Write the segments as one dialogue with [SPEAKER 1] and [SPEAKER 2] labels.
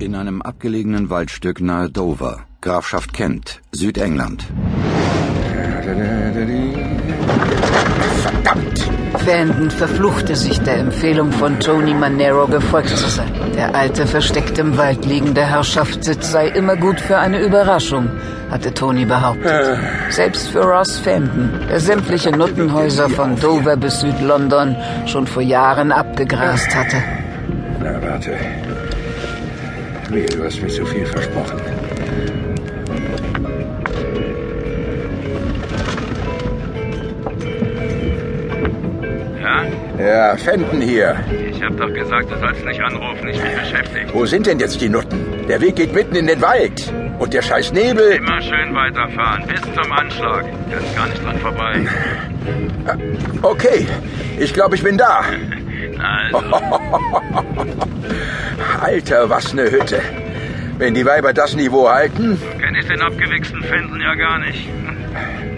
[SPEAKER 1] In einem abgelegenen Waldstück nahe Dover, Grafschaft Kent, Südengland.
[SPEAKER 2] Verdammt! Fandon verfluchte sich der Empfehlung von Tony Manero gefolgt zu sein. Der alte, versteckt im Wald liegende Herrschaftssitz sei immer gut für eine Überraschung, hatte Tony behauptet. Selbst für Ross Fandon, der sämtliche Nuttenhäuser von Dover bis Südlondon schon vor Jahren abgegrast hatte.
[SPEAKER 3] Na, warte. Wehe, du hast mir zu viel versprochen.
[SPEAKER 4] Ja?
[SPEAKER 3] Ja, Fenton hier.
[SPEAKER 4] Ich hab doch gesagt, du sollst nicht anrufen, ich bin beschäftigt.
[SPEAKER 3] Wo sind denn jetzt die Nutten? Der Weg geht mitten in den Wald. Und der scheiß Nebel.
[SPEAKER 4] Immer schön weiterfahren, bis zum Anschlag. Kannst gar nicht dran vorbei.
[SPEAKER 3] Okay, ich glaube, ich bin da.
[SPEAKER 4] Also,
[SPEAKER 3] Alter, was ne Hütte. Wenn die Weiber das Niveau halten,
[SPEAKER 4] kenn ich den abgewichsten Finden ja gar nicht.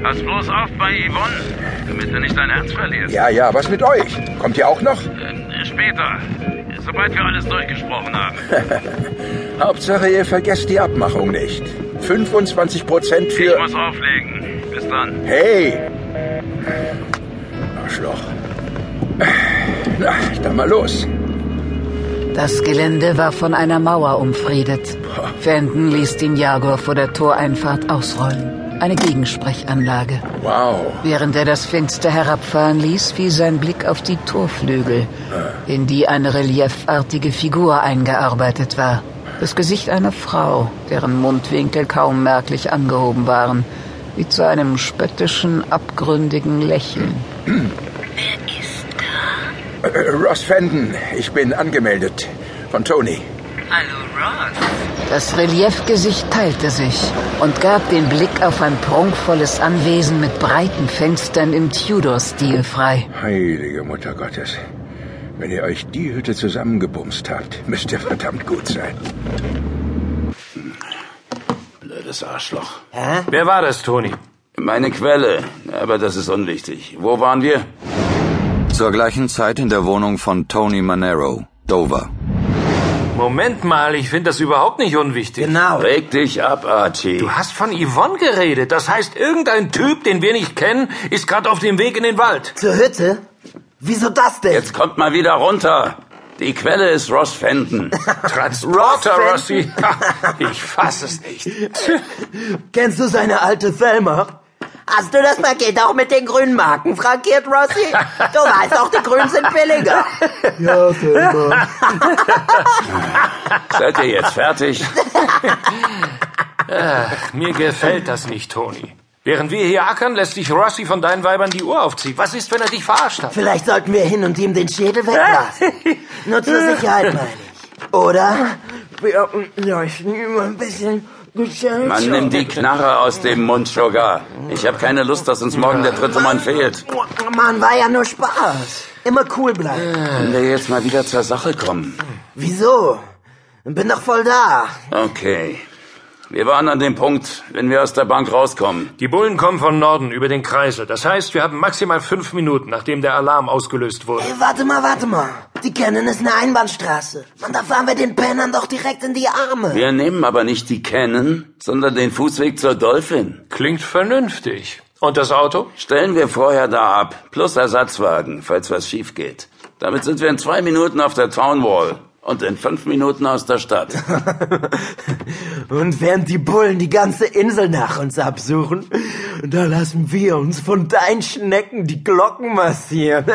[SPEAKER 4] Pass bloß auf bei Yvonne, damit du nicht dein Herz verlierst.
[SPEAKER 3] ja, ja, was mit euch? Kommt ihr auch noch?
[SPEAKER 4] Äh, Später, sobald wir alles durchgesprochen haben.
[SPEAKER 3] Hauptsache, ihr vergesst die Abmachung nicht. 25 Prozent
[SPEAKER 4] Ich
[SPEAKER 3] für...
[SPEAKER 4] muss auflegen. Bis dann.
[SPEAKER 3] Hey! Arschloch. Na, dann mal los.
[SPEAKER 2] Das Gelände war von einer Mauer umfriedet. Fenton ließ den Jaguar vor der Toreinfahrt ausrollen. Eine Gegensprechanlage.
[SPEAKER 3] Wow.
[SPEAKER 2] Während er das Fenster herabfahren ließ, fiel sein Blick auf die Torflügel, in die eine reliefartige Figur eingearbeitet war. Das Gesicht einer Frau, deren Mundwinkel kaum merklich angehoben waren, wie zu einem spöttischen, abgründigen Lächeln.
[SPEAKER 3] Äh, äh, Ross Fenton, ich bin angemeldet. Von Tony.
[SPEAKER 5] Hallo Ross.
[SPEAKER 2] Das Reliefgesicht teilte sich und gab den Blick auf ein prunkvolles Anwesen mit breiten Fenstern im Tudor-Stil frei.
[SPEAKER 3] Heilige Mutter Gottes. Wenn ihr euch die Hütte zusammengebumst habt, müsst ihr verdammt gut sein.
[SPEAKER 6] Blödes Arschloch.
[SPEAKER 7] Wer war das, Toni?
[SPEAKER 6] Meine Quelle. Aber das ist unwichtig. Wo waren wir?
[SPEAKER 1] Zur gleichen Zeit in der Wohnung von Tony Manero, Dover.
[SPEAKER 7] Moment mal, ich finde das überhaupt nicht unwichtig.
[SPEAKER 5] Genau.
[SPEAKER 6] Reg dich ab, Archie.
[SPEAKER 7] Du hast von Yvonne geredet. Das heißt, irgendein Typ, den wir nicht kennen, ist gerade auf dem Weg in den Wald.
[SPEAKER 5] Zur Hütte? Wieso das denn?
[SPEAKER 6] Jetzt kommt mal wieder runter. Die Quelle ist Ross Fenton.
[SPEAKER 7] Transporter,
[SPEAKER 5] Ross
[SPEAKER 7] Rossi. Ich fass es nicht.
[SPEAKER 5] Kennst du seine alte Selma? Hast du das Paket auch mit den grünen Marken frankiert, Rossi? Du weißt auch, die grünen sind billiger.
[SPEAKER 6] Seid ihr jetzt fertig?
[SPEAKER 7] Mir gefällt das nicht, Toni. Während wir hier ackern, lässt sich Rossi von deinen Weibern die Uhr aufziehen. Was ist, wenn er dich verarscht hat?
[SPEAKER 5] Vielleicht sollten wir hin und ihm den Schädel weglassen. Nur zur Sicherheit, meine ich. Oder? Wir leuchten immer ein bisschen gescheit.
[SPEAKER 6] Mann, nimm die Knarre aus dem Mund, Sugar. Ich habe keine Lust, dass uns morgen der dritte Mann fehlt.
[SPEAKER 5] Oh, Mann, war ja nur Spaß. Immer cool bleiben.
[SPEAKER 6] Wenn wir jetzt mal wieder zur Sache kommen.
[SPEAKER 5] Wieso? Bin doch voll da.
[SPEAKER 6] Okay. Wir waren an dem Punkt, wenn wir aus der Bank rauskommen.
[SPEAKER 7] Die Bullen kommen von Norden über den Kreisel. Das heißt, wir haben maximal fünf Minuten, nachdem der Alarm ausgelöst wurde.
[SPEAKER 5] Ey, warte mal, warte mal. Die Cannon ist eine Einbahnstraße. Mann, da fahren wir den Pennern doch direkt in die Arme.
[SPEAKER 6] Wir nehmen aber nicht die Cannon, sondern den Fußweg zur Dolphin.
[SPEAKER 7] Klingt vernünftig. Und das Auto?
[SPEAKER 6] Stellen wir vorher da ab, plus Ersatzwagen, falls was schief geht. Damit sind wir in zwei Minuten auf der Town Wall und in fünf Minuten aus der Stadt.
[SPEAKER 5] Und während die Bullen die ganze Insel nach uns absuchen, da lassen wir uns von deinen Schnecken die Glocken massieren.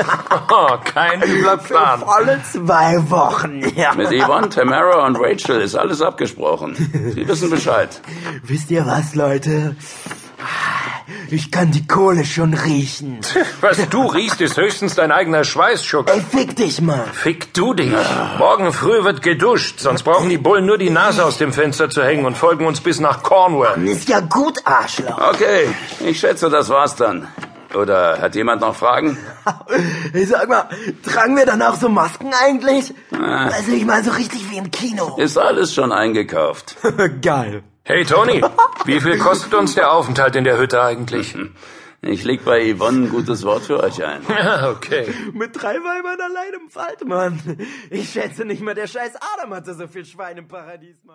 [SPEAKER 7] Oh, kein übler
[SPEAKER 5] Für
[SPEAKER 7] Plan.
[SPEAKER 5] volle zwei Wochen. Ja.
[SPEAKER 6] Mit Yvonne, Tamara und Rachel ist alles abgesprochen. Sie wissen Bescheid.
[SPEAKER 5] Wisst ihr was, Leute? Ich kann die Kohle schon riechen.
[SPEAKER 7] Was du riechst, ist höchstens dein eigener Schweißschuck.
[SPEAKER 5] Ey, fick dich mal.
[SPEAKER 7] Fick du dich. Morgen früh wird geduscht, sonst brauchen die Bullen nur die Nase aus dem Fenster zu hängen und folgen uns bis nach Cornwall.
[SPEAKER 5] Ist ja gut, Arschloch.
[SPEAKER 6] Okay, ich schätze, das war's dann. Oder hat jemand noch Fragen?
[SPEAKER 5] Ich sag mal, tragen wir dann auch so Masken eigentlich?
[SPEAKER 6] Ah.
[SPEAKER 5] Also ich meine so richtig wie im Kino.
[SPEAKER 6] Ist alles schon eingekauft.
[SPEAKER 5] Geil.
[SPEAKER 7] Hey Tony, wie viel kostet uns der Aufenthalt in der Hütte eigentlich?
[SPEAKER 6] Ich leg bei Yvonne ein gutes Wort für euch ein.
[SPEAKER 7] Ja, okay.
[SPEAKER 5] Mit drei Weibern allein im Wald, Mann. Ich schätze nicht mal, der scheiß Adam hatte so viel Schwein im Paradies, Mann.